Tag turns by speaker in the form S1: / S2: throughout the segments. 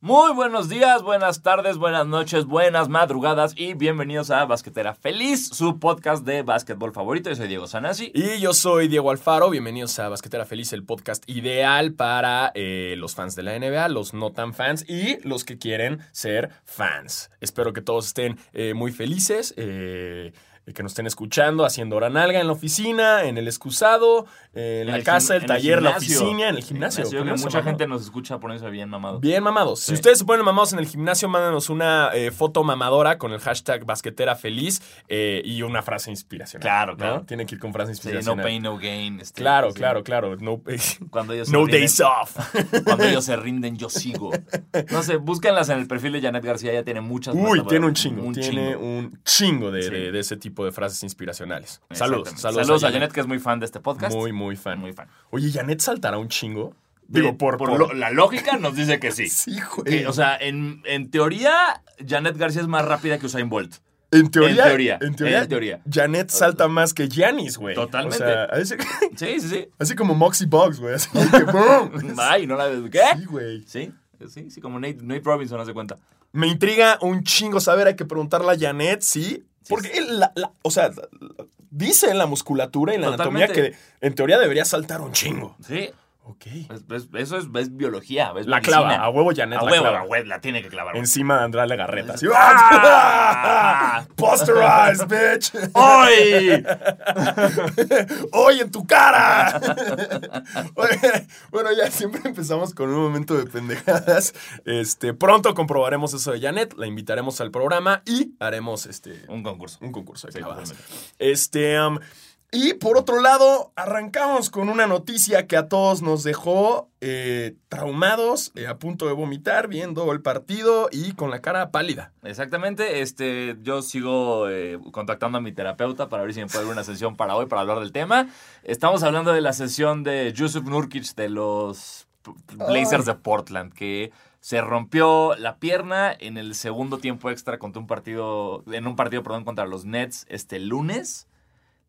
S1: Muy buenos días, buenas tardes, buenas noches, buenas madrugadas y bienvenidos a Basquetera Feliz, su podcast de básquetbol favorito. Yo soy Diego Sanasi.
S2: Y yo soy Diego Alfaro, bienvenidos a Basquetera Feliz, el podcast ideal para eh, los fans de la NBA, los no tan fans y los que quieren ser fans. Espero que todos estén eh, muy felices. eh, que nos estén escuchando, haciendo hora nalga en la oficina, en el excusado, eh, en,
S1: En
S2: la
S1: el
S2: casa,
S1: gim-
S2: el
S1: en
S2: taller, la
S1: gimnasio.
S2: oficina, en el gimnasio.
S1: Yo
S2: con
S1: que
S2: eso,
S1: mucha
S2: mano.
S1: gente nos escucha ponerse bien mamado.
S2: Bien mamados.
S1: Sí.
S2: Si ustedes se ponen mamados en el gimnasio, mándanos una eh, foto mamadora con el hashtag basquetera feliz eh, y una frase inspiracional.
S1: Claro,
S2: ¿no?
S1: claro.
S2: Tiene que ir con frase
S1: Sí, no
S2: inspiracional.
S1: pain, no gain. este,
S2: Claro,
S1: sí.
S2: claro, claro. No,
S1: Cuando ellos se
S2: no
S1: rinden-
S2: days off.
S1: Cuando ellos se rinden, yo sigo. No sé, búscanlas en el perfil de Janet García, ya tiene muchas. más,
S2: Uy,
S1: la
S2: tiene
S1: verdad,
S2: un chingo. tiene
S1: chingo.
S2: un chingo de,
S1: Sí.
S2: de- de ese tipo de frases inspiracionales. Saludos.
S1: Exactamente.
S2: Saludos,
S1: a Janet, que es muy fan de este podcast.
S2: Muy, muy fan.
S1: Muy fan.
S2: Oye, ¿Janet saltará un chingo?
S1: De-
S2: Digo, por... por-
S1: lo- la lógica nos dice que sí.
S2: Sí, güey.
S1: Que, o sea, en, en teoría, Janet García es más rápida que Usain Bolt.
S2: en teoría,
S1: en teoría,
S2: En teoría.
S1: en teoría.
S2: Janet salta más que Giannis, güey.
S1: Totalmente.
S2: O sea, a ese-
S1: Sí, sí, sí.
S2: Así como Moxie Bugs, güey. Así que boom.
S1: Ay, no la
S2: Sí,
S1: ¿Qué?
S2: güey.
S1: Sí, sí, sí, como Nate, Nate Robinson hace cuenta.
S2: Me intriga un chingo saber, hay que preguntarle a Janet, ¿sí? Porque, él la- la- o sea, la- la- dice en la musculatura y en la anatomía
S1: Totalmente.
S2: que en teoría debería saltar un chingo.
S1: Sí,
S2: Ok.
S1: es- es- eso es, es biología. es
S2: La
S1: medicina.
S2: clava, a huevo Janet
S1: A
S2: la
S1: huevo,
S2: clava.
S1: la huevo, la tiene que clavar. güey.
S2: Encima de Andrea Legarreta. así,
S1: ¡Ah!
S2: ¡Ah! Posterized, bitch.
S1: ¡Hoy!
S2: ¡Hoy en tu cara! Oye, bueno, ya siempre empezamos con un momento de pendejadas. Este, pronto comprobaremos eso de Janet, la invitaremos al programa y haremos este,
S1: Un concurso.
S2: un concurso de
S1: Sí,
S2: clavadas.
S1: totalmente.
S2: Este, am, y por otro lado, arrancamos con una noticia que a todos nos dejó eh, traumados, eh, a punto de vomitar, viendo el partido y con la cara pálida.
S1: Exactamente, este, yo sigo eh, contactando a mi terapeuta para ver si me puede dar una sesión para hoy, para hablar del tema. Estamos hablando de la sesión de Yusuf Nurkic de los P- Blazers de Portland, que se rompió la pierna en el segundo tiempo extra contra un partido, en un partido, perdón, contra los Nets este lunes.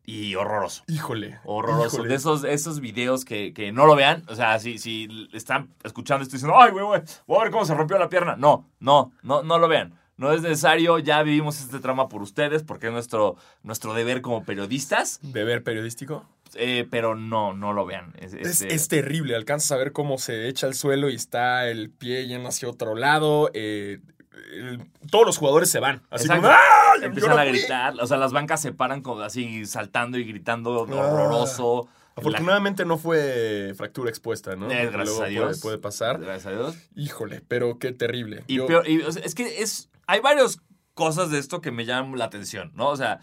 S1: Y horroroso.
S2: Híjole.
S1: Horroroso.
S2: híjole.
S1: De esos, esos videos que, que no lo vean. O sea, si, si están escuchando esto y diciendo, ay, güey, güey, voy a ver cómo se rompió la pierna. No, no, no, no lo vean. No es necesario, ya vivimos este trama por ustedes, porque es nuestro, nuestro deber como periodistas,
S2: Deber periodístico.
S1: eh, pero no, no lo vean. Es-
S2: Es,
S1: este,
S2: es terrible, alcanzas a ver cómo se echa al suelo y está el pie yendo hacia otro lado. eh, el- todos los jugadores se van. Así
S1: Exacto.
S2: como, ¡ah! Yo
S1: empiezan
S2: no
S1: a
S2: fui".
S1: gritar, o sea, las bancas se paran como así saltando y gritando horroroso. La-
S2: Ah. Afortunadamente no fue fractura expuesta, ¿no?
S1: Eh, gracias
S2: Luego
S1: a Dios.
S2: Puede, puede pasar.
S1: Gracias a Dios.
S2: Híjole, pero qué terrible.
S1: Y
S2: Yo-
S1: peor- y, o sea, es que es, hay varias cosas de esto que me llaman la atención, ¿no? O sea,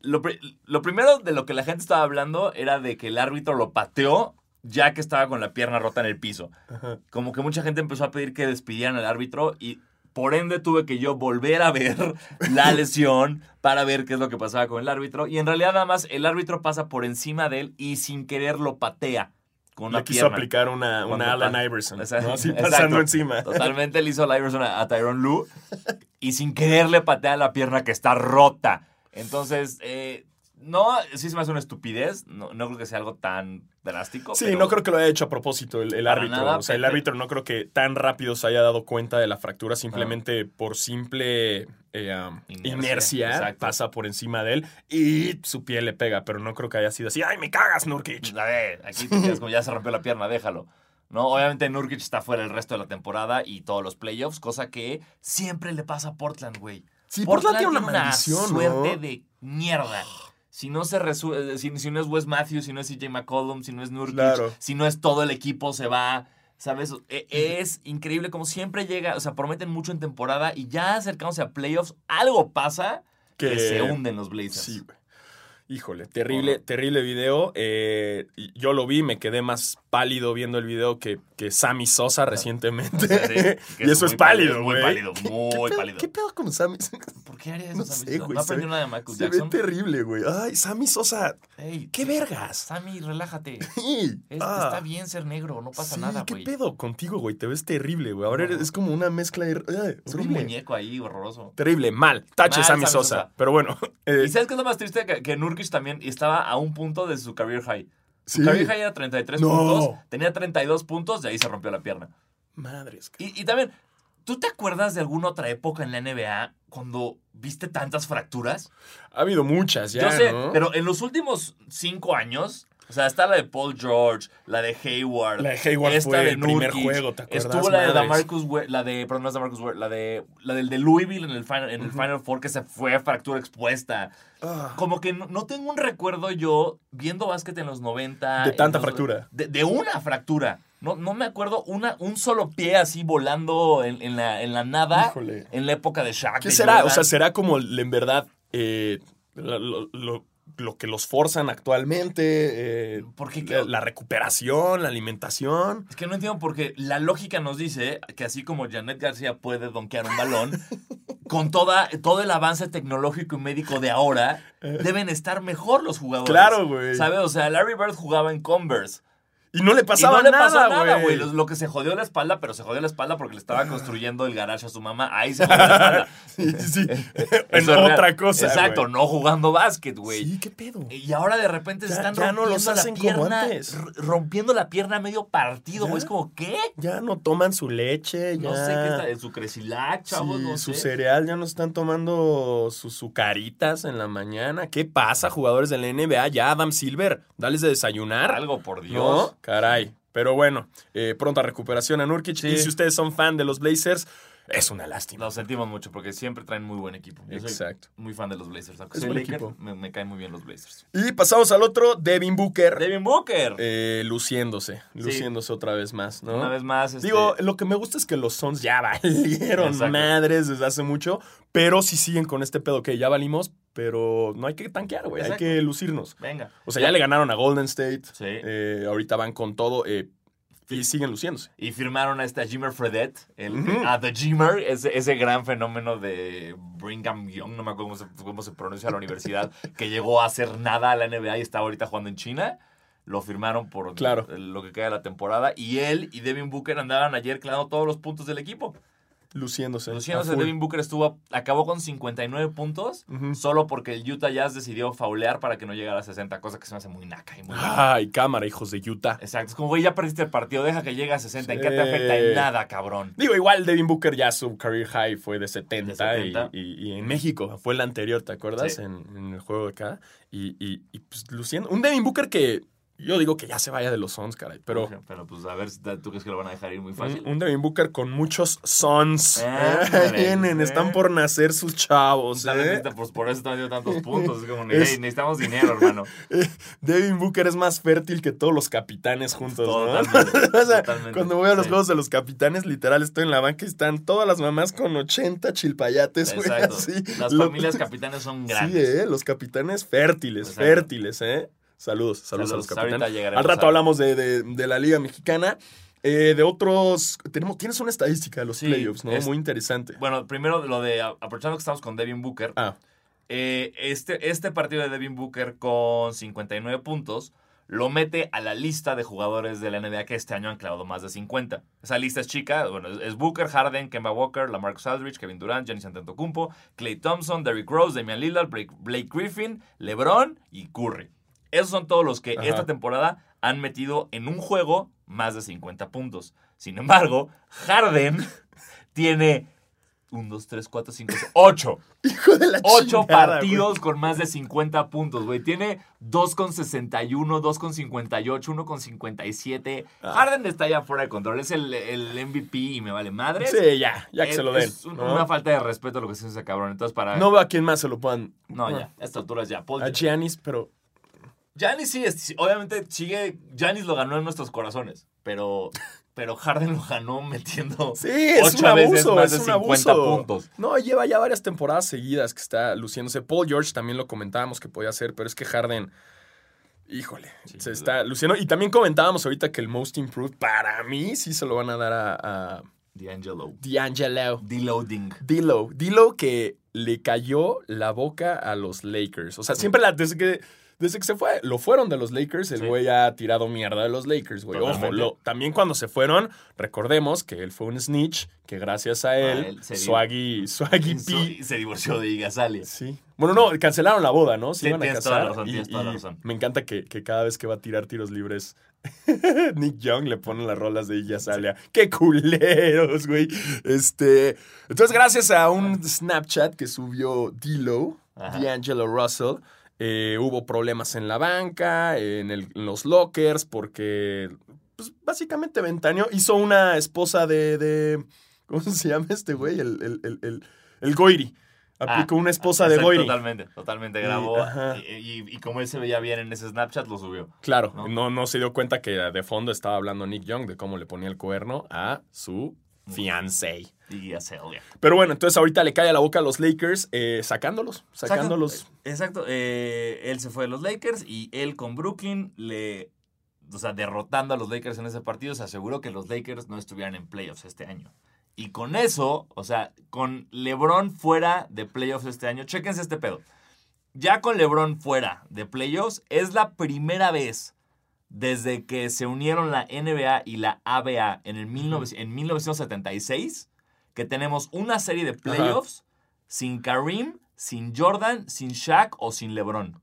S1: lo, pri- lo primero de lo que la gente estaba hablando era de que el árbitro lo pateó ya que estaba con la pierna rota en el piso.
S2: Ajá.
S1: Como que mucha gente empezó a pedir que despidieran al árbitro y por ende tuve que yo volver a ver la lesión para ver qué es lo que pasaba con el árbitro. Y en realidad nada más el árbitro pasa por encima de él y sin querer lo patea con una
S2: Le quiso
S1: pierna.
S2: aplicar una,
S1: Cuando
S2: una Alan
S1: pa-
S2: Iverson. ¿no?
S1: Exacto.
S2: Así
S1: Exacto.
S2: pasando encima.
S1: Totalmente le hizo el Iverson a, a Tyron Lue y sin querer le patea la pierna que está rota. Entonces, eh, no, sí se me hace una estupidez. No, no creo que sea algo tan drástico.
S2: Sí,
S1: pero-
S2: no creo que lo haya hecho a propósito el, el
S1: Para
S2: árbitro.
S1: nada,
S2: o sea, el
S1: pero-
S2: árbitro no creo que tan rápido se haya dado cuenta de la fractura, simplemente por simple eh, um,
S1: Ah. Inercia,
S2: inercia,
S1: exacto.
S2: pasa por encima de él y su piel le pega, pero no creo que haya sido así. ¡Ay, me cagas, Nurkic!
S1: A ver, aquí te quedas como ya se rompió la pierna, déjalo. No, obviamente Nurkic está fuera el resto de la temporada y todos los playoffs, cosa que siempre le pasa a Portland, güey.
S2: Sí,
S1: Portland,
S2: Portland pues tiene una maldición, ¿no?
S1: suerte de mierda. Si no se resu- eh, si, si no es Wes Matthews, si no es CJ McCollum, si no es Nurkic,
S2: Claro.
S1: si no es todo el equipo se va, ¿sabes? E- Es increíble como siempre llega, o sea, prometen mucho en temporada y ya acercándose a playoffs, algo pasa que,
S2: Que-
S1: se hunden los Blazers.
S2: Sí, güey. Híjole, terrible,
S1: Horror.
S2: terrible video. Eh, y yo lo vi, me quedé más pálido viendo el video que, que Sammy Sosa recientemente.
S1: O sea, sí, que
S2: y eso es
S1: muy
S2: pálido,
S1: Muy
S2: güey.
S1: pálido,
S2: ¿Qué- qué
S1: muy
S2: pedo-
S1: pálido.
S2: ¿Qué pedo con Sammy Sosa?
S1: ¿Por qué haría eso?
S2: No
S1: Sammy
S2: sé,
S1: Sosa?
S2: güey,
S1: ¿No
S2: se
S1: aprendió
S2: ve-
S1: nada de Michael
S2: Se ve
S1: Jackson?
S2: terrible, güey. Ay, Sammy Sosa.
S1: Ey,
S2: ¡Qué vergas!
S1: Sammy, relájate.
S2: Sí.
S1: Es-
S2: Ah.
S1: Está bien ser negro, no pasa
S2: Sí,
S1: nada,
S2: ¿Qué
S1: güey.
S2: pedo contigo, güey? Te ves terrible, güey. Ahora
S1: No.
S2: eres- es como una mezcla de. ay,
S1: Es un
S2: horrible.
S1: muñeco ahí horroroso.
S2: Terrible, mal. Tache
S1: Mal, Sammy
S2: Sammy Sosa.
S1: Sosa.
S2: Pero bueno. eh,
S1: ¿Y sabes qué es lo más triste? Que, que Nurkic también estaba a un punto de su career high. Su
S2: sí.
S1: career high era 33
S2: No.
S1: puntos, tenía 32 puntos y ahí se rompió la pierna.
S2: Madres.
S1: Y, y también, ¿Tú te acuerdas de alguna otra época en la NBA cuando viste tantas fracturas?
S2: Ha habido muchas ya,
S1: Yo sé,
S2: ¿no?
S1: pero en los últimos cinco años, o sea, está la de Paul George, la de Hayward.
S2: La de Hayward
S1: esta
S2: fue
S1: de
S2: el primer
S1: Nurkic,
S2: juego, ¿te acuerdas?
S1: Estuvo la de
S2: Madres.
S1: Damarcus Ware- la de, perdón, no es Damarcus Ware, la de, la del de Louisville en el Final, en el final Four que se fue a fractura expuesta.
S2: Ah.
S1: Como que no, no tengo un recuerdo yo viendo básquet en los 90.
S2: De tanta
S1: en los-
S2: fractura.
S1: De, de una fractura. No, no me acuerdo una, un solo pie así volando en, en la, en la nada
S2: Híjole.
S1: en la época de Shaq.
S2: ¿Qué
S1: de
S2: será? O
S1: Jordan.
S2: sea, será como el- en verdad eh, lo, lo- lo que los forzan actualmente, eh,
S1: Porque
S2: la, la recuperación, la alimentación.
S1: Es que no entiendo porque la lógica nos dice que así como Janet García puede donkear un balón, con toda, todo el avance tecnológico y médico de ahora, deben estar mejor los jugadores.
S2: Eh. Claro, güey.
S1: ¿Sabes? O sea, Larry Bird jugaba en Converse.
S2: Y no le
S1: Y no
S2: pasaba
S1: le pasó
S2: nada, güey.
S1: Lo, lo que se jodió la espalda, pero se jodió la espalda porque le estaba construyendo el garaje a su mamá. Ahí se jodió la espalda.
S2: Sí, sí. en
S1: Eso es real.
S2: otra cosa.
S1: Exacto, no jugando básquet, güey.
S2: güey. Sí, qué pedo.
S1: Y ahora de repente se
S2: Ya-
S1: están
S2: ya no
S1: rompiendo
S2: los hacen
S1: la
S2: como
S1: pierna,
S2: antes.
S1: r- rompiendo la pierna a medio partido,
S2: Ya.
S1: güey. Es como, ¿qué?
S2: Ya no toman su leche, ya.
S1: No sé qué está, en su Cresilac, chavos,
S2: Sí,
S1: no
S2: su
S1: sé.
S2: cereal ya no están tomando sus sucaritas en la mañana. ¿Qué pasa, jugadores de la NBA? Ya, Adam Silver, dales de desayunar.
S1: Algo, por Dios.
S2: ¿No? Caray. Pero bueno, eh, pronta recuperación a Nurkic.
S1: Sí.
S2: Y si ustedes son fan de los Blazers, es una lástima.
S1: Lo sentimos mucho porque siempre traen muy buen equipo. Yo soy
S2: Exacto.
S1: muy fan de los Blazers. Aunque
S2: Es
S1: soy
S2: buen
S1: Laker,
S2: equipo.
S1: Me, me caen muy bien los Blazers.
S2: Y pasamos al otro, Devin Booker.
S1: Devin Booker.
S2: eh, luciéndose, luciéndose otra vez más, ¿no?
S1: Una vez más. este,
S2: Digo, lo que me gusta es que los Suns ya valieron
S1: Exacto.
S2: madres desde hace mucho, pero sí siguen con este pedo que ya valimos, pero no hay que tanquear, güey, hay
S1: Exacto.
S2: que lucirnos.
S1: venga.
S2: O sea, ya le ganaron a Golden State,
S1: Sí.
S2: eh, ahorita van con todo eh, y siguen luciéndose.
S1: Y firmaron a este Jimmer Fredette, el,
S2: Ujú.
S1: a The Jimmer, ese, ese gran fenómeno de Brigham Young, no me acuerdo cómo se, cómo se pronuncia la universidad, que llegó a hacer nada a la NBA y está ahorita jugando en China. Lo firmaron por
S2: Claro.
S1: lo que queda de la temporada. Y él y Devin Booker andaban ayer clavando todos los puntos del equipo.
S2: Luciéndose.
S1: Luciano
S2: a full.
S1: Devin Booker estuvo, a- acabó con 59 puntos
S2: Ujú.
S1: solo porque el Utah Jazz decidió faulear para que no llegara a 60, cosa que se me hace muy naca y muy...
S2: Ay, cámara, hijos de Utah.
S1: Exacto, es como, güey, ya perdiste el partido, deja que llegue a 60, ¿en qué te
S2: Sí.
S1: afecta? En nada, cabrón.
S2: Digo, igual Devin Booker ya su career high fue de 70,
S1: De 70.
S2: Y, y- y en México fue el anterior, ¿te acuerdas?
S1: Sí.
S2: En, en el juego de acá. Y, y- y, pues luciendo. Un Devin Booker que yo digo que ya se vaya de los Suns, caray. Pero Mm,
S1: Pero pues a ver, si te- ¿tú crees que lo van a dejar ir muy fácil?
S2: un, un Devin Booker con muchos Suns.
S1: Ándale,
S2: Ahí vienen,
S1: eh.
S2: están por nacer sus chavos.
S1: Tal vez
S2: ¿eh?
S1: necesita- pues, por eso están haciendo tantos puntos. Es como,
S2: Es-
S1: "Hey, necesitamos dinero, hermano. Pues,
S2: Devin Booker es más fértil que todos los capitanes juntos, Pues, ¿no?
S1: Totalmente,
S2: O sea,
S1: totalmente.
S2: cuando voy a los
S1: Sí.
S2: juegos de los capitanes, literal, estoy en la banca y están todas las mamás con 80 chilpayates, güey,
S1: Exacto.
S2: así.
S1: Las
S2: Lo-
S1: familias capitanes son
S2: Sí,
S1: grandes.
S2: eh, los capitanes fértiles,
S1: Exacto.
S2: fértiles, ¿eh? Saludos, saludos,
S1: Saludos,
S2: a los
S1: ahorita
S2: capitanes.
S1: llegaremos
S2: Al rato
S1: a-
S2: hablamos de, de- de la Liga Mexicana. Eh, de otros, tenemos, tienes una estadística de los
S1: Sí,
S2: playoffs, ¿no?
S1: es-
S2: Muy interesante.
S1: Bueno, primero lo de, a- aprovechando que estamos con Devin Booker,
S2: ah,
S1: Eh, este, este partido de Devin Booker con 59 puntos lo mete a la lista de jugadores de la NBA que este año han clavado más de 50. Esa lista es chica, bueno, es- es Booker, Harden, Kemba Walker, LaMarcus Aldridge, Kevin Durant, Giannis Antetokounmpo, Clay Thompson, Derrick Rose, Damian Lillard, Blake, Blake Griffin, LeBron y Curry. Esos son todos los que
S2: Ajá.
S1: esta temporada han metido en un juego más de 50 puntos. Sin embargo, Harden tiene 1, 2, 3, 4, 5, 8.
S2: hijo de la
S1: Ocho
S2: chingada,
S1: partidos con más de 50 puntos, güey. Tiene 2,61, 2,58, 1,57.
S2: Ah.
S1: Harden está ya fuera de control. Es el, el MVP y me vale
S2: güey.
S1: madre.
S2: Sí, ya, ya que se lo den.
S1: Es un-
S2: ¿no?
S1: una falta de respeto a lo que se hace ese cabrón. Entonces, para.
S2: No Ah, veo a quién más se lo puedan.
S1: No, ya. A estas alturas ya. Paul.
S2: A Giannis, pero
S1: Giannis sí, es- obviamente sigue. Giannis lo ganó en nuestros corazones. Pero. Pero Harden lo ganó metiendo.
S2: Sí, es
S1: Ocho
S2: un abuso,
S1: veces más
S2: es
S1: de
S2: un
S1: 50
S2: abuso.
S1: puntos.
S2: No, lleva ya varias temporadas seguidas que está luciéndose. Paul George también lo comentábamos que podía hacer, pero es que Harden, híjole,
S1: Sí,
S2: se
S1: es
S2: está luciendo. Y también comentábamos ahorita que el Most Improved para mí sí se lo van a dar a, a
S1: D'Angelo.
S2: D'Angelo.
S1: Deloading.
S2: Dilo, Dilo que le cayó la boca a los Lakers. O sea, siempre la, desde que Desde que se fue, lo fueron de los Lakers, el
S1: Sí.
S2: güey ha tirado mierda de los Lakers, güey. Ojo,
S1: Totalmente.
S2: lo- también cuando se fueron, recordemos que él fue un snitch, que gracias a él,
S1: él se dio-
S2: Swaggy, Swaggy P
S1: Su- Se divorció de Igasali.
S2: Sí. Bueno, no, cancelaron la boda, ¿no? Se
S1: Sí,
S2: iban a
S1: tienes toda
S2: casar.
S1: la razón,
S2: y-
S1: tienes toda la
S2: y
S1: razón.
S2: Me encanta que, que cada vez que va a tirar tiros libres, Nick Young le pone las rolas de Iggy Azalea. ¡Qué culeros, güey! Este, entonces, gracias a un Snapchat que subió Dilo,
S1: Ajá.
S2: D'Angelo Russell, eh, hubo problemas en la banca, en, el- en los lockers, porque pues, básicamente Ventaño hizo una esposa de, de- ¿Cómo se llama este güey? El, el, el, el, el Goiri. Aplicó una esposa de
S1: Ah, Exacto,
S2: Goiri.
S1: Totalmente, totalmente.
S2: Y-
S1: Grabó.
S2: ajá.
S1: Y, y- y como él se veía bien en ese Snapchat, lo subió.
S2: Claro, ¿no?
S1: ¿no?
S2: No, se dio cuenta que de fondo estaba hablando Nick Young de cómo le ponía el cuerno a su fiancé.
S1: Igasali.
S2: Pero bueno, entonces ahorita le cae a la boca a los Lakers eh, sacándolos, sacándolos.
S1: Exacto. eh, él se fue de los Lakers y él con Brooklyn le. O sea, derrotando a los Lakers en ese partido, se aseguró que los Lakers no estuvieran en playoffs este año. Y con eso, o sea, con LeBron fuera de playoffs este año, chéquense este pedo. Ya con LeBron fuera de playoffs, es la primera vez desde que se unieron la NBA y la ABA en, el 19 en 1976 que tenemos una serie de playoffs sin Karim, sin Jordan, sin Shaq o sin LeBron.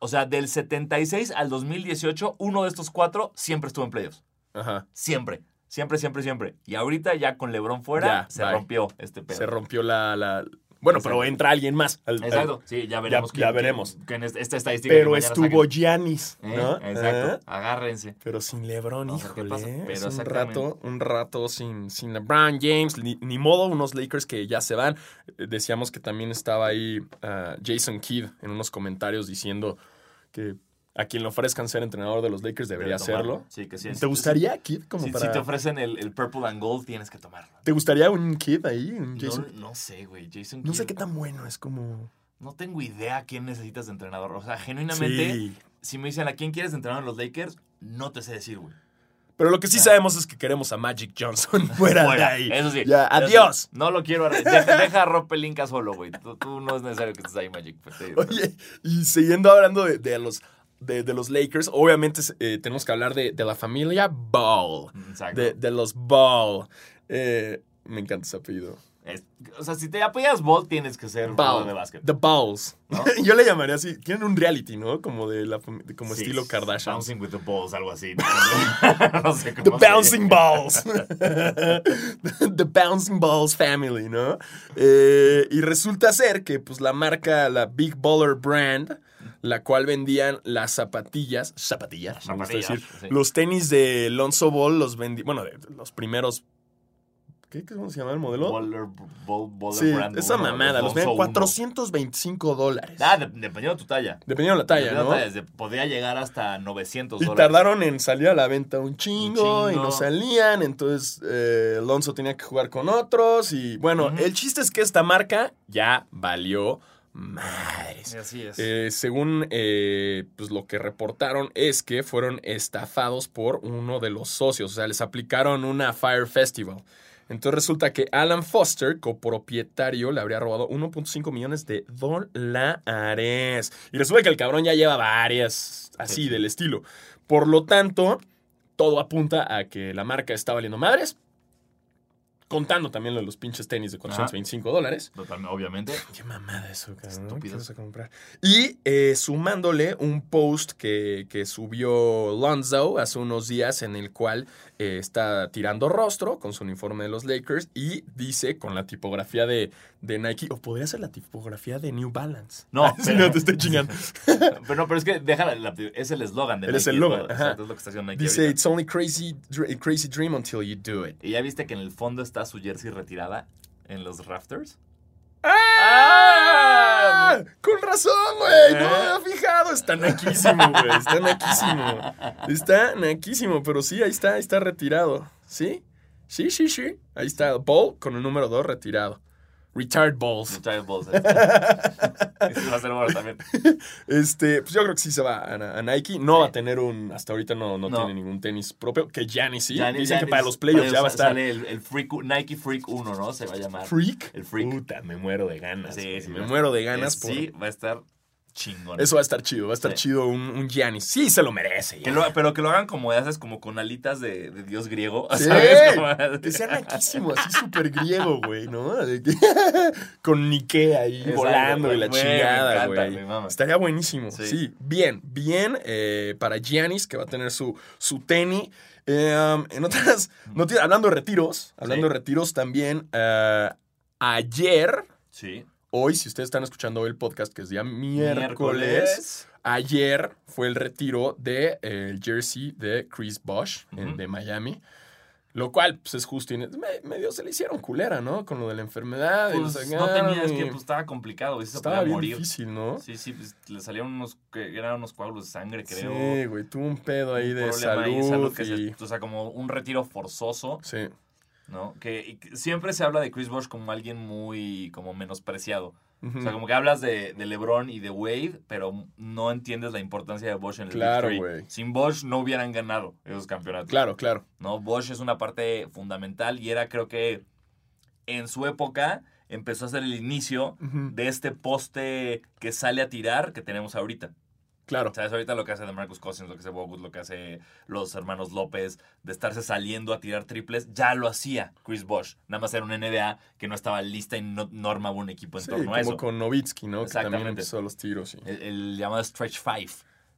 S1: O sea, del 76 al 2018, uno de estos cuatro siempre estuvo en playoffs.
S2: Ajá.
S1: Siempre. Siempre, siempre, siempre. Y ahorita ya con LeBron fuera,
S2: Ya,
S1: se
S2: bye.
S1: rompió este pedo.
S2: Se rompió la. la- Bueno, pero
S1: Exacto.
S2: entra alguien más. al- al-
S1: Exacto. Sí, ya veremos.
S2: Ya- ya veremos.
S1: quién- quién es- esta estadística. que
S2: Pero
S1: mañana
S2: estuvo
S1: saquen.
S2: Giannis,
S1: ¿Eh?
S2: ¿no?
S1: Exacto.
S2: Ajá.
S1: Agárrense.
S2: Pero sin LeBron,
S1: Vamos a ver qué
S2: híjole.
S1: pasa.
S2: ¿eh?
S1: Pero
S2: Es un
S1: exactamente.
S2: rato, un rato sin, sin LeBron James, ni, ni modo, unos Lakers que ya se van. Eh, Decíamos que también estaba ahí ah, Jason Kidd en unos comentarios diciendo que a quien le ofrezcan ser entrenador de los Lakers debería
S1: Debe tomarlo.
S2: hacerlo.
S1: Sí, que sí.
S2: ¿Te gustaría Kid como
S1: Si,
S2: para-
S1: si te ofrecen el, el Purple and Gold, tienes que tomarlo.
S2: ¿Te gustaría un Kid ahí? un
S1: No,
S2: Jason-
S1: no sé, güey. Jason
S2: no, sé
S1: Kidd,
S2: qué tan bueno, es como...
S1: No tengo idea a quién necesitas de entrenador. O sea, genuinamente,
S2: Sí.
S1: si me dicen a quién quieres de entrenador en los Lakers, no te sé decir, güey.
S2: Pero lo que sí
S1: Ah.
S2: sabemos es que queremos a Magic Johnson fuera, de
S1: Fuera,
S2: ahí.
S1: Eso sí.
S2: Ya,
S1: Eso sí.
S2: adiós.
S1: No lo quiero. arre- Deja, deja a Rob Pelinka solo, güey. Tú, tú no es necesario que estés ahí, Magic. pues, sí.
S2: Oye, y siguiendo hablando de, de los, de, de los Lakers, obviamente eh, tenemos que hablar de, de la familia Ball.
S1: Exacto.
S2: De, de los Ball. Eh, me encanta ese apellido.
S1: Es- o sea, si te apoyas Ball, tienes que ser jugador de básquet.
S2: The Balls.
S1: ¿No?
S2: Yo le llamaría así. Tienen un reality, ¿no? Como de la fami- de- como
S1: Sí,
S2: estilo Kardashian.
S1: Bouncing with the balls, algo así. No, sé
S2: The
S1: cómo se-
S2: Bouncing Balls. The Bouncing Balls Family, ¿no? Eh, y resulta ser que pues, la marca, la Big Baller Brand, la cual vendían las zapatillas, zapatillas,
S1: Las
S2: me gusta
S1: zapatillas,
S2: decir,
S1: sí.
S2: los tenis de Lonzo Ball los vendían, bueno, de- de los primeros, ¿qué, ¿cómo se llama el modelo?
S1: Baller, ball, baller
S2: sí,
S1: brand
S2: esa
S1: uno,
S2: mamada,
S1: Lonzo
S2: los vendían
S1: uno.
S2: 425 dólares.
S1: Ah, de- dependiendo de tu talla.
S2: Dependiendo de la talla,
S1: Dependiendo
S2: ¿no?
S1: de la talla, se- podía llegar hasta 900
S2: Y
S1: dólares.
S2: tardaron en salir a la venta un chingo,
S1: Un
S2: y
S1: chingo.
S2: no salían, entonces eh, Alonso tenía que jugar con otros y bueno,
S1: Ujú.
S2: el chiste es que esta marca ya valió madres.
S1: Así es.
S2: Eh, según eh, pues lo que reportaron es que fueron estafados por uno de los socios, o sea, les aplicaron una Fire Festival. Entonces resulta que Alan Foster, copropietario, le habría robado 1.5 millones de dólares. Y resulta que el cabrón ya lleva varias así
S1: Sí.
S2: del estilo. Por lo tanto, todo apunta a que la marca está valiendo madres. Contando también lo de los pinches tenis de 425 dólares.
S1: Totalmente, obviamente.
S2: Qué mamada eso, cabrón. ¿Qué
S1: Estúpidos.
S2: vas a comprar? Y eh, sumándole un post que, que subió Lonzo hace unos días en el cual eh, está tirando rostro con su uniforme de los Lakers y dice con la tipografía de, de Nike, o podría ser la tipografía de New Balance.
S1: No,
S2: si no te estoy chingando.
S1: pero no, pero es que deja la- la- es el eslogan de
S2: Él
S1: Nike.
S2: es el eslogan,
S1: todo,
S2: ajá.
S1: exacto, es lo que está haciendo Nike
S2: Dice,
S1: ahorita.
S2: it's only crazy, dr- crazy dream until you do it.
S1: ¿Y ya viste que en el fondo está su jersey retirada en los rafters?
S2: ¡Ah! Con razón, güey. No me
S1: ¿Eh?
S2: había fijado. Está naquísimo, güey. Está naquísimo. Está naquísimo, pero sí, ahí está, ahí está retirado. ¿Sí? Sí, sí, sí. Ahí está. Ball con el número 2 retirado. Retired balls.
S1: Muchas bolsas. Eso va a ser bueno también.
S2: Este, pues yo creo que sí se va a, a Nike. No
S1: Sí.
S2: va a tener un. Hasta ahorita no, no,
S1: No.
S2: tiene ningún tenis propio. Que Giannis sí.
S1: Ya ni-
S2: Dicen
S1: ya
S2: que
S1: ni-
S2: para los playoffs ya va a estar.
S1: Sale el, el Freak- Nike Freak 1, ¿no? Se va a llamar.
S2: Freak.
S1: El Freak.
S2: Puta, me muero de ganas.
S1: Sí,
S2: güey.
S1: sí,
S2: me
S1: va a
S2: muero de ganas
S1: Es-
S2: por.
S1: Sí, va a estar chingón.
S2: Eso va a estar chido, va a estar
S1: Sí.
S2: chido un, un Giannis. Sí, se lo merece.
S1: Que
S2: ya.
S1: lo- pero que lo hagan como ya sabes, como con alitas de, de dios griego.
S2: Sí,
S1: ¿sabes? Como-
S2: que sea naquísimo, así súper griego, güey, ¿no? De que- Con Nike ahí
S1: Exacto,
S2: volando y la
S1: güey, me
S2: chingada,
S1: encanta,
S2: güey.
S1: me mama.
S2: Estaría buenísimo. Sí.
S1: Sí.
S2: bien, bien eh, para Giannis, que va a tener su, su tenis. Eh, um, en otras noticias, hablando de retiros, hablando
S1: Mm. Sí.
S2: de retiros también, eh, ayer,
S1: Sí.
S2: hoy, si ustedes están escuchando hoy el podcast, que es día miércoles
S1: Miércoles.
S2: Ayer fue el retiro del de, eh, el jersey de Chris Bosh
S1: Ujú.
S2: de Miami. Lo cual, pues es justo. y ne- me- medio se le hicieron culera, ¿no? Con lo de la enfermedad. y
S1: Pues,
S2: lo
S1: no
S2: sacaron
S1: tenía, es
S2: y
S1: que pues, estaba complicado, güey, sí se
S2: estaba
S1: podía
S2: bien
S1: morir.
S2: difícil, ¿no?
S1: Sí, sí, pues, le salieron unos, que eran unos coágulos de sangre, creo.
S2: Sí, güey. Tuvo un pedo ahí
S1: Un
S2: de
S1: problema
S2: salud.
S1: ahí de salud que
S2: y-
S1: se- o sea, como un retiro forzoso,
S2: Sí,
S1: ¿no? Que, y que siempre se habla de Chris Bosh como alguien muy como menospreciado.
S2: Ujú.
S1: O sea, como que hablas de, de LeBron y de Wade, pero no entiendes la importancia de Bosh en el Big
S2: Claro,
S1: Three.
S2: güey.
S1: Sin Bosh no hubieran ganado esos campeonatos.
S2: claro, claro.
S1: ¿no? Bosch es una parte fundamental y era creo que en su época empezó a ser el inicio
S2: Ujú.
S1: de este poste que sale a tirar que tenemos ahorita.
S2: Claro.
S1: ¿Sabes? Ahorita lo que hace de Marcus Cousins, lo que hace Bogut, lo que hace los hermanos López, de estarse saliendo a tirar triples, ya lo hacía Chris Bosch. Nada más era un NBA que no estaba lista y no normaba un equipo en
S2: Sí,
S1: torno
S2: como
S1: a eso.
S2: con Novitsky, ¿no? Que también
S1: Exactamente. Eh.
S2: empezó los tiros. y-
S1: El, el llamado Stretch Five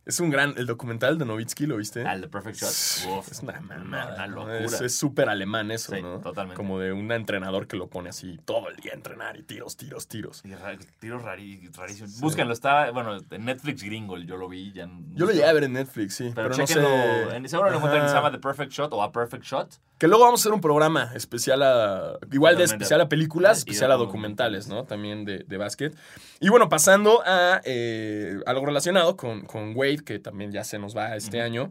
S2: Es un gran. El documental de Novitsky, ¿lo viste?
S1: al The Perfect Shot. Uf,
S2: es una mamada.
S1: una
S2: ¿no?
S1: locura.
S2: Es es súper alemán eso,
S1: Sí,
S2: ¿no?
S1: totalmente.
S2: Como de un entrenador que lo pone así todo el día a entrenar y tiros, tiros, tiros.
S1: Y ra- tiros rari- rarísimos. Búsquenlo, está, bueno, en Netflix gringo, yo lo vi. Ya, no-
S2: Yo lo llegué a ver en Netflix, sí. Pero,
S1: Pero,
S2: no
S1: chéquenlo,
S2: sé.
S1: en- seguro lo encuentran,
S2: Ajá.
S1: se llama The Perfect Shot o A Perfect Shot.
S2: Que luego vamos a hacer un programa especial a. Igual de
S1: Totalmente.
S2: especial a películas,
S1: Y de
S2: especial a documentales, ¿no? También de, de básquet. Y bueno, pasando a eh, algo relacionado con, con Wade, que también ya se nos va este
S1: Ujú.
S2: año.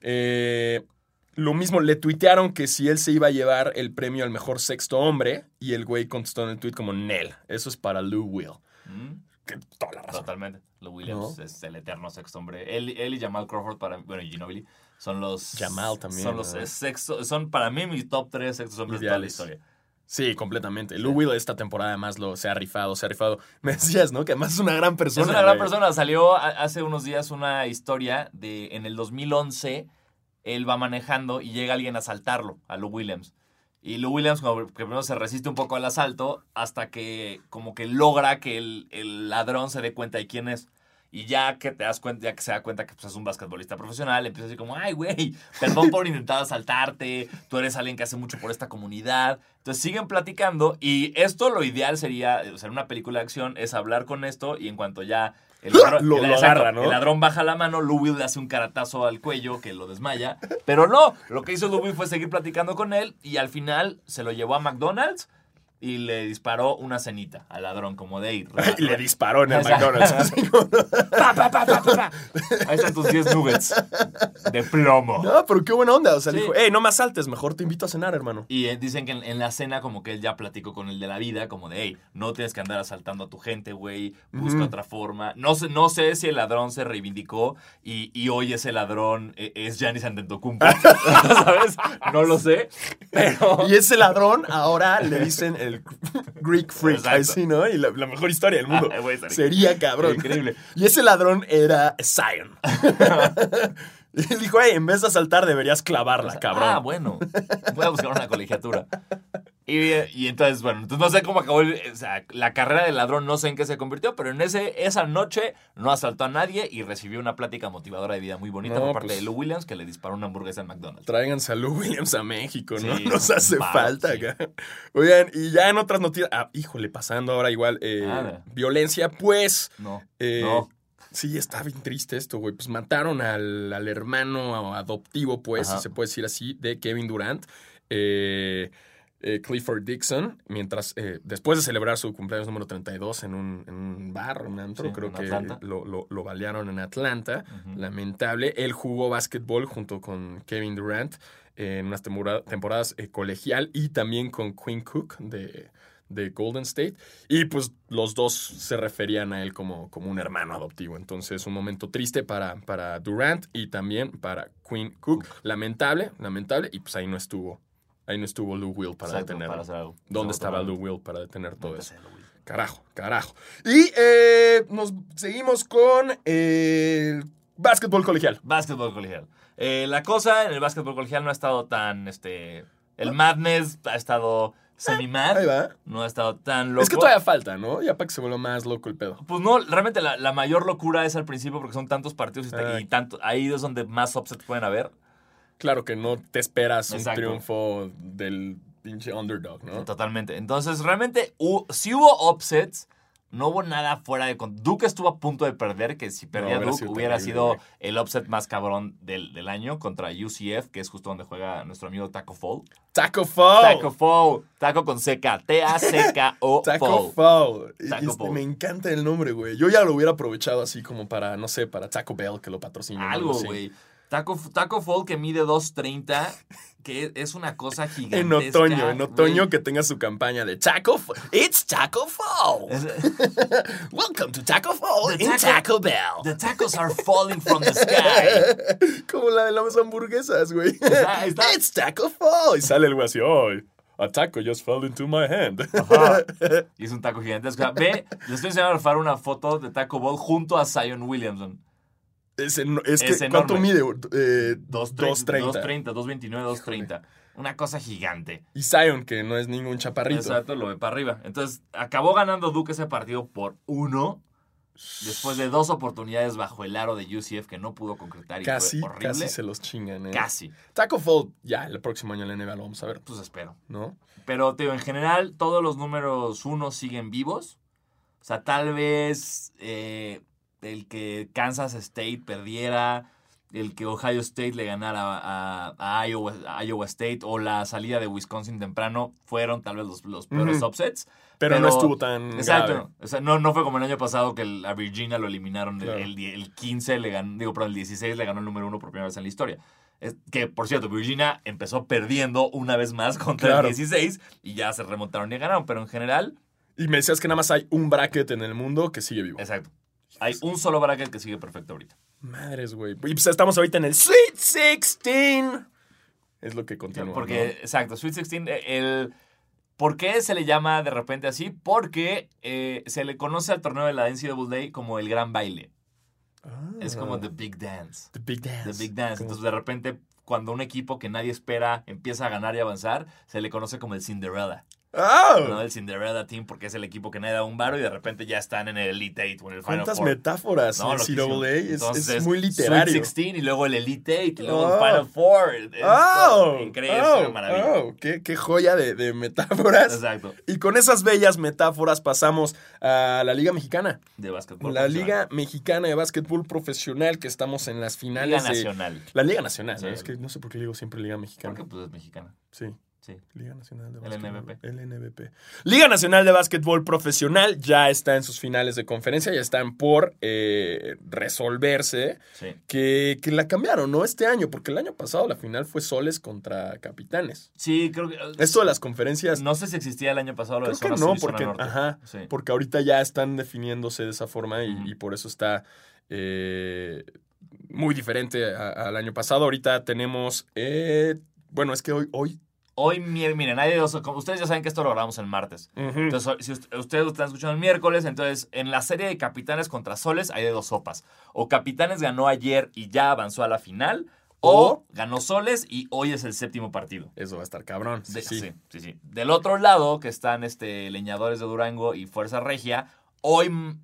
S2: Eh, lo mismo, le tuitearon que si él se iba a llevar el premio al mejor sexto hombre. Y el güey contestó en el tuit como Nel. Eso es para Lou Will.
S1: Mm,
S2: Que toda la razón.
S1: Totalmente. Lou Williams es el eterno sexto hombre. Él, él y Jamal Crawford, para, bueno, y Ginobili, son los.
S2: Jamal también,
S1: Son los
S2: ¿no?
S1: eh, sexto, son para mí mis top tres sextos hombres de toda la
S2: Ideales.
S1: historia.
S2: Sí, completamente. Lou Will esta temporada además lo, se ha rifado, se ha rifado. Me decías, ¿no? Que además es una gran persona.
S1: es una gran
S2: güey.
S1: persona. Salió a- hace unos días una historia de en el 2011 él va manejando y llega alguien a asaltarlo, a Lou Williams. Y Lou Williams como que primero se resiste un poco al asalto hasta que como que logra que el, el ladrón se dé cuenta de quién es. Y ya que te das cuenta, ya que se da cuenta que pues, es un basquetbolista profesional, empieza así como, ay, güey, perdón por intentar asaltarte, tú eres alguien que hace mucho por esta comunidad. Entonces siguen platicando y esto lo ideal sería, eh, o sea, en una película de acción es hablar con esto y en cuanto ya el ladrón,
S2: ¡Ah! Lo-
S1: el-
S2: lo
S1: exacto,
S2: agarra, ¿no?
S1: el ladrón baja la mano, Lou Will le hace un caratazo al cuello que lo desmaya, pero no, lo que hizo Lou Will fue seguir platicando con él y al final se lo llevó a McDonald's y le disparó una cenita al ladrón como de ir.
S2: Y le disparó en el
S1: Exacto.
S2: McDonald's. Así como,
S1: Pa, pa, pa, pa, pa, pa. Ahí están tus 10 nuggets de plomo.
S2: no, pero qué buena onda. O sea,
S1: Sí.
S2: dijo, hey, no me asaltes, mejor te invito a cenar, hermano.
S1: Y eh, dicen que en, en la cena como que él ya platicó con el de la vida, como de, hey, no tienes que andar asaltando a tu gente, güey, busca
S2: Ujú.
S1: otra forma. No sé, no sé si el ladrón se reivindicó y, y hoy ese ladrón eh, es Giannis Antetokounmpo, ¿sabes? No lo sé, pero...
S2: Y ese ladrón ahora le dicen el Greek Freak.
S1: Exacto.
S2: Así, ¿no? Y la, la mejor historia del mundo.
S1: Ay, güey, estaría
S2: Sería cabrón.
S1: Increíble.
S2: Y ese ladrón era Zion. y él dijo, hey, en vez de asaltar deberías clavarla, cabrón.
S1: Ah, bueno. Voy a buscar una colegiatura. Y, eh, y entonces, bueno, entonces no sé cómo acabó el- o sea, la carrera del ladrón, no sé en qué se convirtió, pero en ese, esa noche no asaltó a nadie y recibió una plática motivadora de vida muy bonita
S2: No,
S1: por parte
S2: pues.
S1: de Lou Williams que le disparó una hamburguesa en McDonald's.
S2: Tráiganse a Lou Williams a México, ¿no?
S1: Sí,
S2: Nos hace
S1: vamos,
S2: falta
S1: sí.
S2: acá. Oigan, y ya en otras noticias. Ah, híjole, pasando ahora igual. eh,
S1: Nada.
S2: violencia, pues.
S1: No.
S2: eh,
S1: No.
S2: Sí, está bien triste esto, güey. Pues mataron al, al hermano adoptivo, pues,
S1: Ajá.
S2: si se puede decir así, de Kevin Durant. eh, eh, Clifford Dixon, mientras eh, después de celebrar su cumpleaños número 32 en un, en un bar, un antro,
S1: Sí,
S2: creo
S1: en
S2: que
S1: Atlanta.
S2: lo, lo, lo balearon en Atlanta.
S1: Ujú.
S2: Lamentable. Él jugó básquetbol junto con Kevin Durant en unas temporada- temporadas eh, colegial y también con Quinn Cook de, de Golden State. Y pues los dos se referían a él como, como un hermano adoptivo. Entonces, un momento triste para, para Durant y también para Quinn Cook. Lamentable, lamentable. Y pues ahí no estuvo Ahí no estuvo Lou Will para
S1: Exacto,
S2: detenerlo.
S1: para hacer algo.
S2: ¿Dónde
S1: Exacto,
S2: estaba
S1: para-
S2: Lou Will para detener todo
S1: Maldita
S2: eso?
S1: sea, Lou Will.
S2: Carajo, carajo. Y eh, nos seguimos con eh, el básquetbol colegial.
S1: Básquetbol colegial. Eh, la cosa en el básquetbol colegial no ha estado tan, este... El madness ha estado semi-mad.
S2: Ah. Ahí va.
S1: No ha estado tan loco.
S2: Es que todavía falta, ¿no? Ya para que se vuelva más loco el pedo.
S1: Pues no, realmente la, la mayor locura es al principio porque son tantos partidos y, ta-
S2: Ah.
S1: y tanto, ahí es donde más upsets pueden haber.
S2: Claro que no te esperas un
S1: Exacto.
S2: triunfo del pinche underdog, ¿no?
S1: Totalmente. Entonces, realmente, hu- si hubo upsets, no hubo nada fuera de... con- Duke estuvo a punto de perder, que si perdía
S2: hubiera
S1: Duke
S2: sido
S1: hubiera
S2: terrible,
S1: sido
S2: güey.
S1: el upset más cabrón del, del año contra UCF, que es justo donde juega nuestro amigo Taco Fall.
S2: Taco Fall.
S1: Taco Fall. Taco con seca. T-A-C-K-O. Fall.
S2: Taco Fall. Y-
S1: Taco
S2: y este,
S1: Fall.
S2: Me encanta el nombre, güey. Yo ya lo hubiera aprovechado así como para, no sé, para Taco Bell que lo patrocina.
S1: Algo, güey. Taco, Taco Fall que mide 2.30, que es una cosa gigantesca.
S2: En otoño, en
S1: güey.
S2: otoño que tenga su campaña de Taco Fall. It's Taco Fall.
S1: Es-
S2: Welcome to Taco Fall
S1: Eh. The
S2: in
S1: Taco-
S2: Taco Bell.
S1: The tacos are falling from the sky.
S2: como la de las hamburguesas, güey.
S1: Está- está-
S2: It's Taco Fall. Y sale el güey así, oh, a taco just fell into my hand.
S1: Ajá. Y es un taco gigantesco. O sea, Ve, le estoy enseñando a Alfaro una foto de Taco Ball junto a Zion Williamson.
S2: Es, en- es que,
S1: Es enorme.
S2: ¿cuánto mide? Eh, 2.30.
S1: 230, 229, 230. Una cosa gigante.
S2: Y Zion, que no es ningún chaparrito.
S1: Exacto, lo ve para arriba. Entonces, acabó ganando Duke ese partido por uno. Después de dos oportunidades bajo el aro de UCF que no pudo concretar y
S2: Casi,
S1: fue horrible.
S2: casi se los chingan, eh.
S1: Casi.
S2: Taco Fall, ya, el próximo año en la NBA lo vamos a ver,
S1: Pues espero.
S2: ¿no?
S1: Pero te digo, en general, todos los números uno siguen vivos. O sea, tal vez eh, el que Kansas State perdiera, el que Ohio State le ganara a, a- a Iowa, a Iowa State o la salida de Wisconsin temprano fueron tal vez los, los peores
S2: Ujú.
S1: upsets.
S2: Pero,
S1: Pero-
S2: no estuvo tan
S1: Exacto.
S2: grave.
S1: O sea, no, no fue como el año pasado que el- a Virginia lo eliminaron.
S2: Claro.
S1: El, el, el 15 le ganó, digo, perdón, el 16 le ganó el número uno por primera vez en la historia. Es que, por cierto, Virginia empezó perdiendo una vez más contra
S2: Claro.
S1: el 16 y ya se remontaron y ganaron. Pero en general,
S2: Y me decías que nada más hay un bracket en el mundo que sigue vivo.
S1: exacto. Hay un solo bracket que sigue perfecto ahorita.
S2: Madres, güey. Y pues estamos ahorita en el Sweet 16. Es lo que continúa.
S1: Porque, exacto, Sweet 16, eh, el... ¿Por qué se le llama de repente así? Porque eh, se le conoce al torneo de la NCAA como el gran baile.
S2: ¿no? Ah.
S1: Es como The Big Dance.
S2: The Big Dance.
S1: The Big Dance.
S2: Como-
S1: Entonces, de repente, cuando un equipo que nadie espera empieza a ganar y avanzar, se le conoce como el Cinderella,
S2: ¡Ah!
S1: ¿no? El Cinderella Team, porque es el equipo que nadie da un varo y de repente ya están en el Elite Eight o en el Final
S2: ¿Cuántas
S1: Four.
S2: metáforas?
S1: No,
S2: el
S1: loquísimo.
S2: CAA es,
S1: Entonces,
S2: es muy literario.
S1: Sweet 16 y luego el Elite Eight y luego
S2: Oh.
S1: el Final Four. Es
S2: ¡Oh!
S1: increíble,
S2: ¡Oh!
S1: es una maravilla.
S2: ¡Oh! ¡Qué, qué joya de, de metáforas!
S1: Exacto,
S2: Y con esas bellas metáforas pasamos a la Liga Mexicana.
S1: de básquetbol.
S2: La
S1: profesional.
S2: Liga Mexicana de Básquetbol Profesional que estamos en las
S1: Liga
S2: finales de...
S1: Nacional.
S2: La Liga Nacional.
S1: Sí.
S2: ¿no? Es que no sé por qué le digo siempre Liga Mexicana.
S1: Porque pues es mexicana.
S2: Sí.
S1: Sí.
S2: Liga Nacional de
S1: LNBP.
S2: LNBP. Liga Nacional de Básquetbol Profesional ya está en sus finales de conferencia, ya están por eh, resolverse.
S1: Sí.
S2: Que, que la cambiaron, ¿no? Este año, porque el año pasado la final fue Soles contra Capitanes.
S1: Sí, creo que.
S2: Esto de las conferencias,
S1: No sé si existía el año pasado lo de
S2: creo que
S1: zona sur
S2: no,
S1: y zona
S2: porque,
S1: norte.
S2: ajá,
S1: Sí.
S2: porque ahorita ya están definiéndose de esa forma y,
S1: Ujú.
S2: y por eso está eh, muy diferente a- al año pasado. Ahorita tenemos, eh, bueno, es que hoy... hoy
S1: Hoy, mi- miren, hay dos. como Ustedes ya saben que esto lo grabamos el
S2: Mm.
S1: martes. Entonces, si ust- ustedes lo están escuchando el miércoles, entonces en la serie de Capitanes contra Soles hay de dos sopas. O Capitanes ganó ayer y ya avanzó a la final, o, ganó Soles y hoy es el séptimo partido.
S2: eso va a estar cabrón. sí,
S1: De-
S2: sí.
S1: sí, sí, sí. Del otro lado, que están este, Leñadores de Durango y Fuerza Regia, hoy m-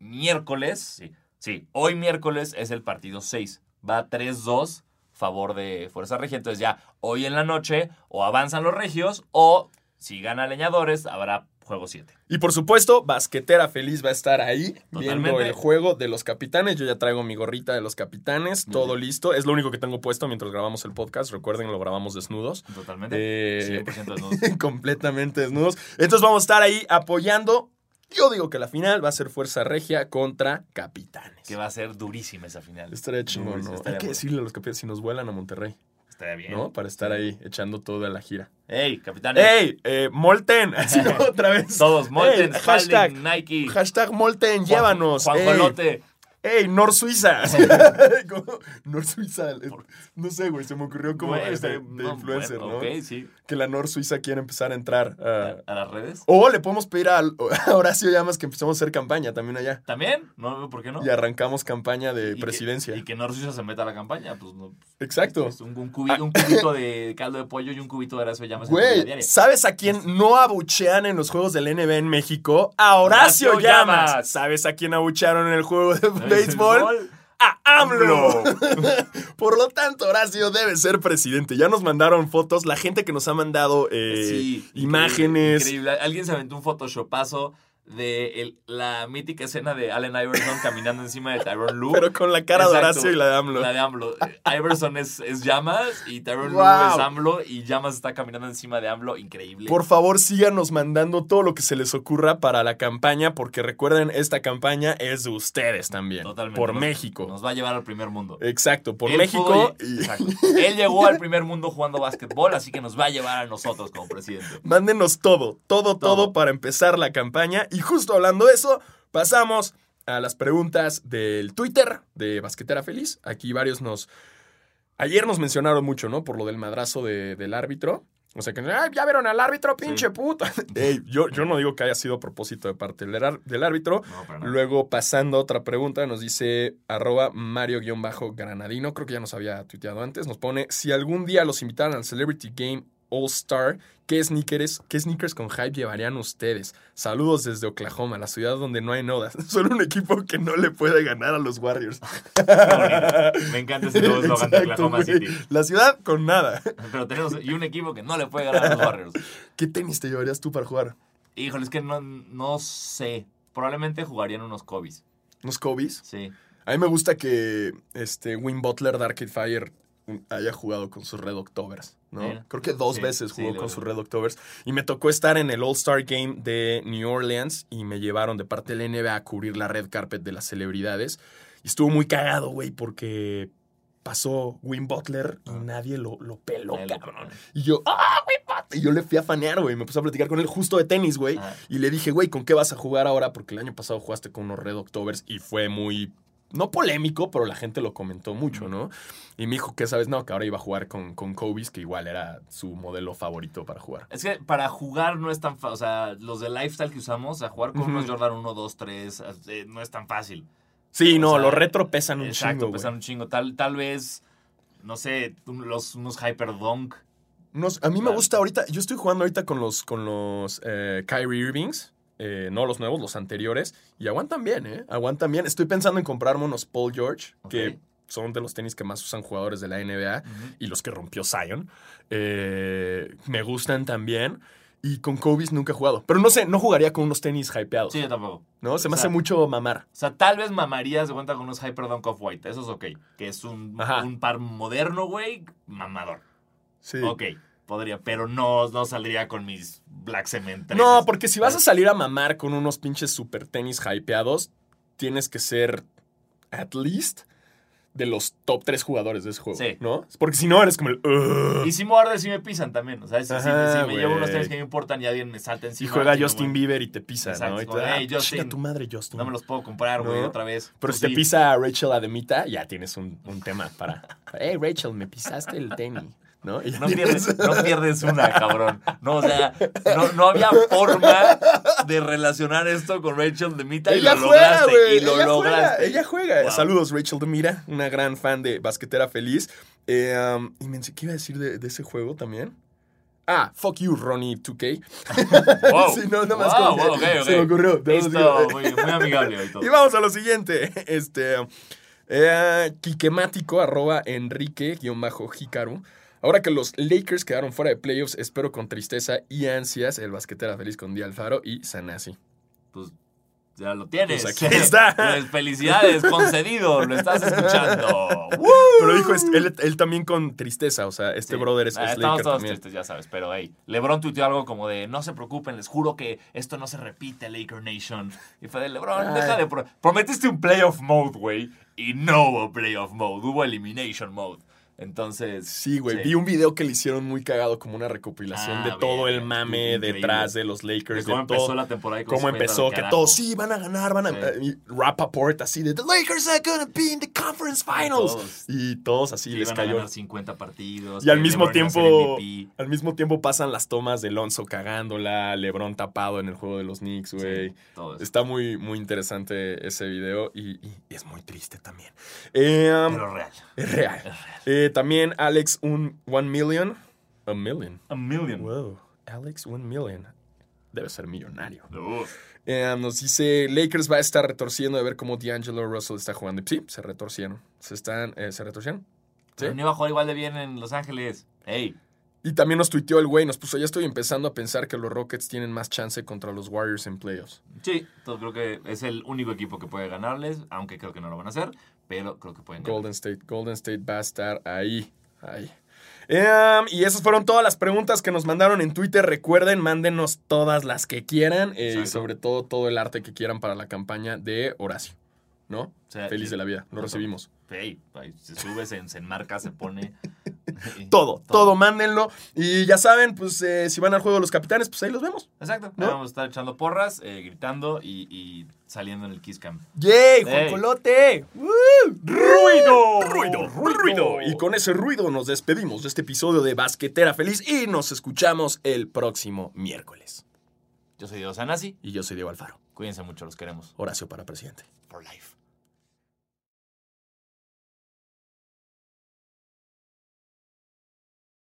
S1: miércoles, sí, sí, hoy miércoles es el partido 6. Va 3-2 favor de Fuerza Regia. Entonces ya hoy en la noche o avanzan los regios o si gana Leñadores habrá juego 7.
S2: Y por supuesto, Basquetera Feliz va a estar ahí viendo
S1: Totalmente.
S2: el juego de los capitanes. Yo ya traigo mi gorrita de los capitanes,
S1: Muy
S2: todo
S1: bien.
S2: listo. Es lo único que tengo puesto mientras grabamos el podcast. Recuerden, lo grabamos desnudos.
S1: Totalmente.
S2: Eh,
S1: 100% desnudos.
S2: completamente desnudos. Entonces vamos a estar ahí apoyando. Yo digo que la final va a ser Fuerza Regia contra Capitanes.
S1: Que va a ser durísima esa final.
S2: Estaría chingón,
S1: Uy, sí,
S2: ¿no?
S1: estaría
S2: Hay que
S1: bueno.
S2: decirle a los capitanes si nos vuelan a Monterrey,
S1: Estaría bien.
S2: ¿no? Para estar ahí echando toda la gira.
S1: ¡Ey, capitanes!
S2: ¡Ey! eh, ¡Molten! Así ¿no? otra vez.
S1: Todos, Molten,
S2: Ey, hashtag.
S1: Spalding, Nike,
S2: Hashtag Molten,
S1: Juan-
S2: llévanos. ¡Ey!
S1: Juanjolote.
S2: ¡Ey, Nor Suiza! Como, Nor Suiza. eh, No sé, güey, se me ocurrió como
S1: Güey,
S2: de,
S1: este,
S2: de
S1: no,
S2: influencer,
S1: bueno,
S2: ¿no?
S1: Ok, sí.
S2: que la Nor Suiza quiere empezar a entrar. a-
S1: ¿A las redes?
S2: O le podemos pedir a, a Horacio Llamas que empecemos a hacer campaña también allá.
S1: ¿También? No veo por qué no.
S2: Y arrancamos campaña de
S1: Y que-
S2: presidencia.
S1: y que Nor Suiza se meta a la campaña. Pues no.
S2: Exacto. Ah.
S1: Es un, un cubi- un cubito de caldo de pollo y un cubito de graso de llamas. en tu vida
S2: Güey,
S1: diaria.
S2: ¿sabes a quién no abuchean en los juegos del NBA en México? A Horacio,
S1: Horacio
S2: Llamas.
S1: Llamas.
S2: ¿Sabes a quién abuchearon en el juego de
S1: ¿No ves el
S2: béisbol?
S1: gol?
S2: A AMLO.
S1: AMLO.
S2: Por lo tanto, Horacio debe ser presidente. Ya nos mandaron fotos, la gente que nos ha mandado eh,
S1: Sí,
S2: imágenes.
S1: Increíble. Alguien se aventó un photoshopazo de el- la mítica escena de Allen Iverson caminando encima de Tyron Lue.
S2: Pero con la cara de
S1: Exacto.
S2: Horacio y la de AMLO.
S1: La de AMLO. Eh, Iverson es, es Llamas y Tyron Lue
S2: Wow.
S1: es AMLO y Llamas está caminando encima de AMLO. Increíble.
S2: Por favor, síganos mandando todo lo que se les ocurra para la campaña, porque recuerden, esta campaña es de ustedes también.
S1: Totalmente.
S2: Por
S1: Nos-
S2: México. Eh,
S1: Nos va a llevar al primer mundo.
S2: Exacto, por
S1: Él
S2: México.
S1: pudo-
S2: y-
S1: exacto. Él llegó al primer mundo jugando básquetbol, así que nos va a llevar a nosotros como presidente.
S2: Mándenos todo, todo, todo,
S1: Todo.
S2: para empezar la campaña. Y justo hablando de eso, pasamos a las preguntas del Twitter de Basquetera Feliz. Aquí varios nos... Ayer nos mencionaron mucho, ¿no? Por lo del madrazo de- del árbitro. O sea que, "Ay, ya vieron al árbitro, pinche puto. Ey, yo, yo no digo que haya sido a propósito de parte del, ar- del árbitro.
S1: No, para nada.
S2: Luego, pasando a otra pregunta, nos dice arroba Mario-Granadino, creo que ya nos había tuiteado antes, nos pone, si algún día los invitaran al Celebrity Game All Star, ¿qué sneakers, qué sneakers con hype llevarían ustedes? Saludos desde Oklahoma, la ciudad donde no hay nodas. Solo un equipo que no le puede ganar a los Warriors.
S1: Me encanta ese nuevo eslogan de
S2: Exacto,
S1: Oklahoma
S2: güey.
S1: City.
S2: La ciudad con nada.
S1: Pero tenemos y un equipo que no le puede ganar a los Warriors.
S2: ¿Qué tenis te llevarías tú para jugar?
S1: Híjole, es que no, no sé. Probablemente jugarían unos Kobe's.
S2: ¿Unos Kobe's?
S1: Sí.
S2: A mí me gusta que este Win Butler de Arcade Fire un- haya jugado con sus Red Octobers, ¿no?
S1: Mira.
S2: Creo que dos
S1: Sí,
S2: veces
S1: sí,
S2: jugó
S1: lo
S2: con
S1: vi.
S2: sus Red Octobers. Y me tocó estar en el All-Star Game de New Orleans y me llevaron de parte del NBA a cubrir la red carpet de las celebridades. Y estuvo muy cagado, güey, porque pasó Win Butler y
S1: Ah.
S2: nadie lo, lo peló,
S1: Ahí lo-
S2: cabrón. Y yo, ¡ah, Win Butler! Y yo le fui a fanear, güey. Me puse a platicar con él justo de tenis, güey.
S1: Ah,
S2: Y le dije, güey, ¿con qué vas a jugar ahora? Porque el año pasado jugaste con unos Red Octobers y fue muy, no polémico, pero la gente lo comentó mucho, ¿no? Y me dijo que, ¿sabes? No, que ahora iba a jugar con, con Kobe's, que igual era su modelo favorito para jugar.
S1: Es que para jugar no es tan fácil. O sea, los de lifestyle que usamos, a jugar con unos
S2: Ujú.
S1: Jordan 1, 2, 3, eh, no es tan fácil.
S2: Sí,
S1: O
S2: no,
S1: sea,
S2: los retro pesan un
S1: Exacto,
S2: chingo,
S1: pesan
S2: güey.
S1: un chingo. Tal, tal vez, no sé, un- los, unos Hyperdunk.
S2: Unos- a mí me
S1: Claro.
S2: gusta ahorita, yo estoy jugando ahorita con los, con los eh, Kyrie Irvings. eh, no los nuevos, los anteriores. Y aguantan bien, ¿eh? Aguantan bien. Estoy pensando en comprarme unos Paul George,
S1: Ok.
S2: que son de los tenis que más usan jugadores de la NBA. y los que rompió Zion. eh, me gustan también. Y con Kobe's nunca he jugado. Pero no sé, no jugaría con unos tenis hypeados.
S1: Sí, yo tampoco.
S2: ¿No? Se me
S1: o sea-
S2: hace mucho mamar.
S1: O sea, tal vez mamarías de cuenta con unos Hyperdunk of White. Eso es ok. Que es un,
S2: Ajá.
S1: un par moderno, güey, mamador.
S2: Sí.
S1: Ok, podría, pero no, no saldría con mis Black Cement 3.
S2: No, porque si vas a salir a mamar con unos pinches super tenis hypeados, tienes que ser at least de los top tres jugadores de ese juego.
S1: Sí.
S2: ¿No? Porque si no, eres como el. "Ugh".
S1: Y si me muerde, si me pisan también. O sea, si, si-
S2: Ajá,
S1: si me llevo
S2: güey.
S1: unos tenis que me importan y alguien me salta
S2: Y
S1: encima.
S2: juega
S1: sí, no,
S2: Justin
S1: güey.
S2: Bieber y te pisa,
S1: Exacto,
S2: ¿no? Y
S1: es
S2: te
S1: como,
S2: da, "Ah,
S1: "Hey, Justin,
S2: tu madre, Justin.
S1: No me los puedo comprar, güey,
S2: No.
S1: otra vez.
S2: Pero
S1: Pues
S2: si te
S1: sí.
S2: pisa a Rachel Ademita, ya tienes un, un tema para. Hey, Rachel, me pisaste el tenis. ¿No? Y ya
S1: No
S2: tienes-
S1: pierdes, no pierdes una, cabrón. No, o sea, no, no había forma de relacionar esto con Rachel de Mita y
S2: Ella
S1: lo
S2: juega,
S1: lograste.
S2: güey.
S1: y lo
S2: Ella
S1: lograste.
S2: juega. Ella juega.
S1: Wow.
S2: Saludos, Rachel Demira, una gran fan de Basquetera Feliz. Eh, um, y me, ¿Qué iba a decir de, de ese juego también? Ah, fuck you, Ronnie 2K.
S1: Wow.
S2: Sí, no, nada más
S1: Wow,
S2: como que
S1: wow, ok, ok.
S2: se me ocurrió. Nada más digo, eh,
S1: Esto, muy, muy amigable hoy todo.
S2: Y vamos a lo siguiente. Este. eh, Quiquemático, arroba Enrique, guión bajo Hikaru. Ahora que los Lakers quedaron fuera de playoffs, espero con tristeza y ansias el basquetera feliz con Di Alfaro y Sanasi.
S1: Pues ya lo tienes.
S2: Pues aquí está.
S1: Pues felicidades, concedido. Lo estás escuchando. ¡Woo!
S2: Pero dijo, es- él, él también con tristeza, o sea, este
S1: Sí.
S2: brother es,
S1: Ah,
S2: es
S1: Estamos
S2: Laker
S1: todos
S2: también.
S1: tristes, ya sabes. Pero, hey, LeBron tuiteó algo como de: No se preocupen, les juro que esto no se repite, Laker Nation. Y fue de: LeBron,
S2: Ay.
S1: deja de. pro- Prometiste un playoff mode, güey. Y no hubo playoff mode, hubo elimination mode. Entonces.
S2: Sí, güey.
S1: sí.
S2: Vi un video que le hicieron muy cagado, como una recopilación
S1: Ah,
S2: de todo el
S1: verga,
S2: mame
S1: increíble.
S2: detrás de los
S1: de
S2: Lakers, de,
S1: cómo
S2: todo.
S1: empezó la temporada. y
S2: cómo
S1: se fue
S2: empezó,
S1: al
S2: que
S1: carajo.
S2: todos, sí, van a ganar, van a...
S1: Sí.
S2: y Rappaport así de, The Lakers are gonna be in the conference finals.
S1: Todos.
S2: Y todos así
S1: Sí,
S2: les
S1: iban a
S2: cayó.
S1: ganar 50 partidos.
S2: Y al
S1: que
S2: mismo
S1: LeBron iba a ser
S2: tiempo-
S1: MVP.
S2: Al mismo tiempo pasan las tomas de Lonzo cagándola, LeBron tapado en el juego de los Knicks, güey.
S1: Sí, todo eso.
S2: Está muy, muy interesante ese video y, y- y es muy triste también. Eh,
S1: Pero real.
S2: es real. Eh, también Alex, un one million. A million.
S1: A million.
S2: Wow. Alex, one million. Debe ser millonario.
S1: Uf.
S2: Eh, nos dice, Lakers va a estar retorciendo de ver cómo D'Angelo Russell está jugando. Sí, se retorcieron. Se están, eh, se retorcieron. Sí.
S1: Pero No iba a jugar igual de bien en Los Ángeles. Ey.
S2: Y también nos tuiteó el güey, nos puso, ya estoy empezando a pensar que los Rockets tienen más chance contra los Warriors en playoffs.
S1: Sí, entonces creo que es el único equipo que puede ganarles, aunque creo que no lo van a hacer, pero creo que pueden ganar.
S2: Golden State, Golden State va a estar ahí, ahí. Em, y esas fueron todas las preguntas que nos mandaron en Twitter. Recuerden, mándenos todas las que quieran eh, y
S1: Exacto.
S2: sobre todo todo el arte que quieran para la campaña de Horacio. ¿No?
S1: Sí,
S2: Feliz
S1: sí.
S2: de la vida, lo
S1: Justo.
S2: recibimos.
S1: Ey, ahí se sube, se, se enmarca, se pone.
S2: Todo, todo, mándenlo. Y ya saben, pues eh, si van al juego de los capitanes, pues ahí los vemos.
S1: Exacto.
S2: ¿No?
S1: Ahí Vamos a estar echando porras, eh, gritando y, y saliendo en el Kiss Cam.
S2: ¡Yay!
S1: Ey.
S2: ¡Juancolote!
S1: ¡Ruido!
S2: Ruido, ruido. Y con ese ruido nos despedimos de este episodio de Basquetera Feliz y nos escuchamos el próximo miércoles.
S1: Yo soy Diego Sanasi.
S2: Y yo soy Diego Alfaro,
S1: Cuídense mucho, los queremos.
S2: Horacio para presidente.
S1: For life.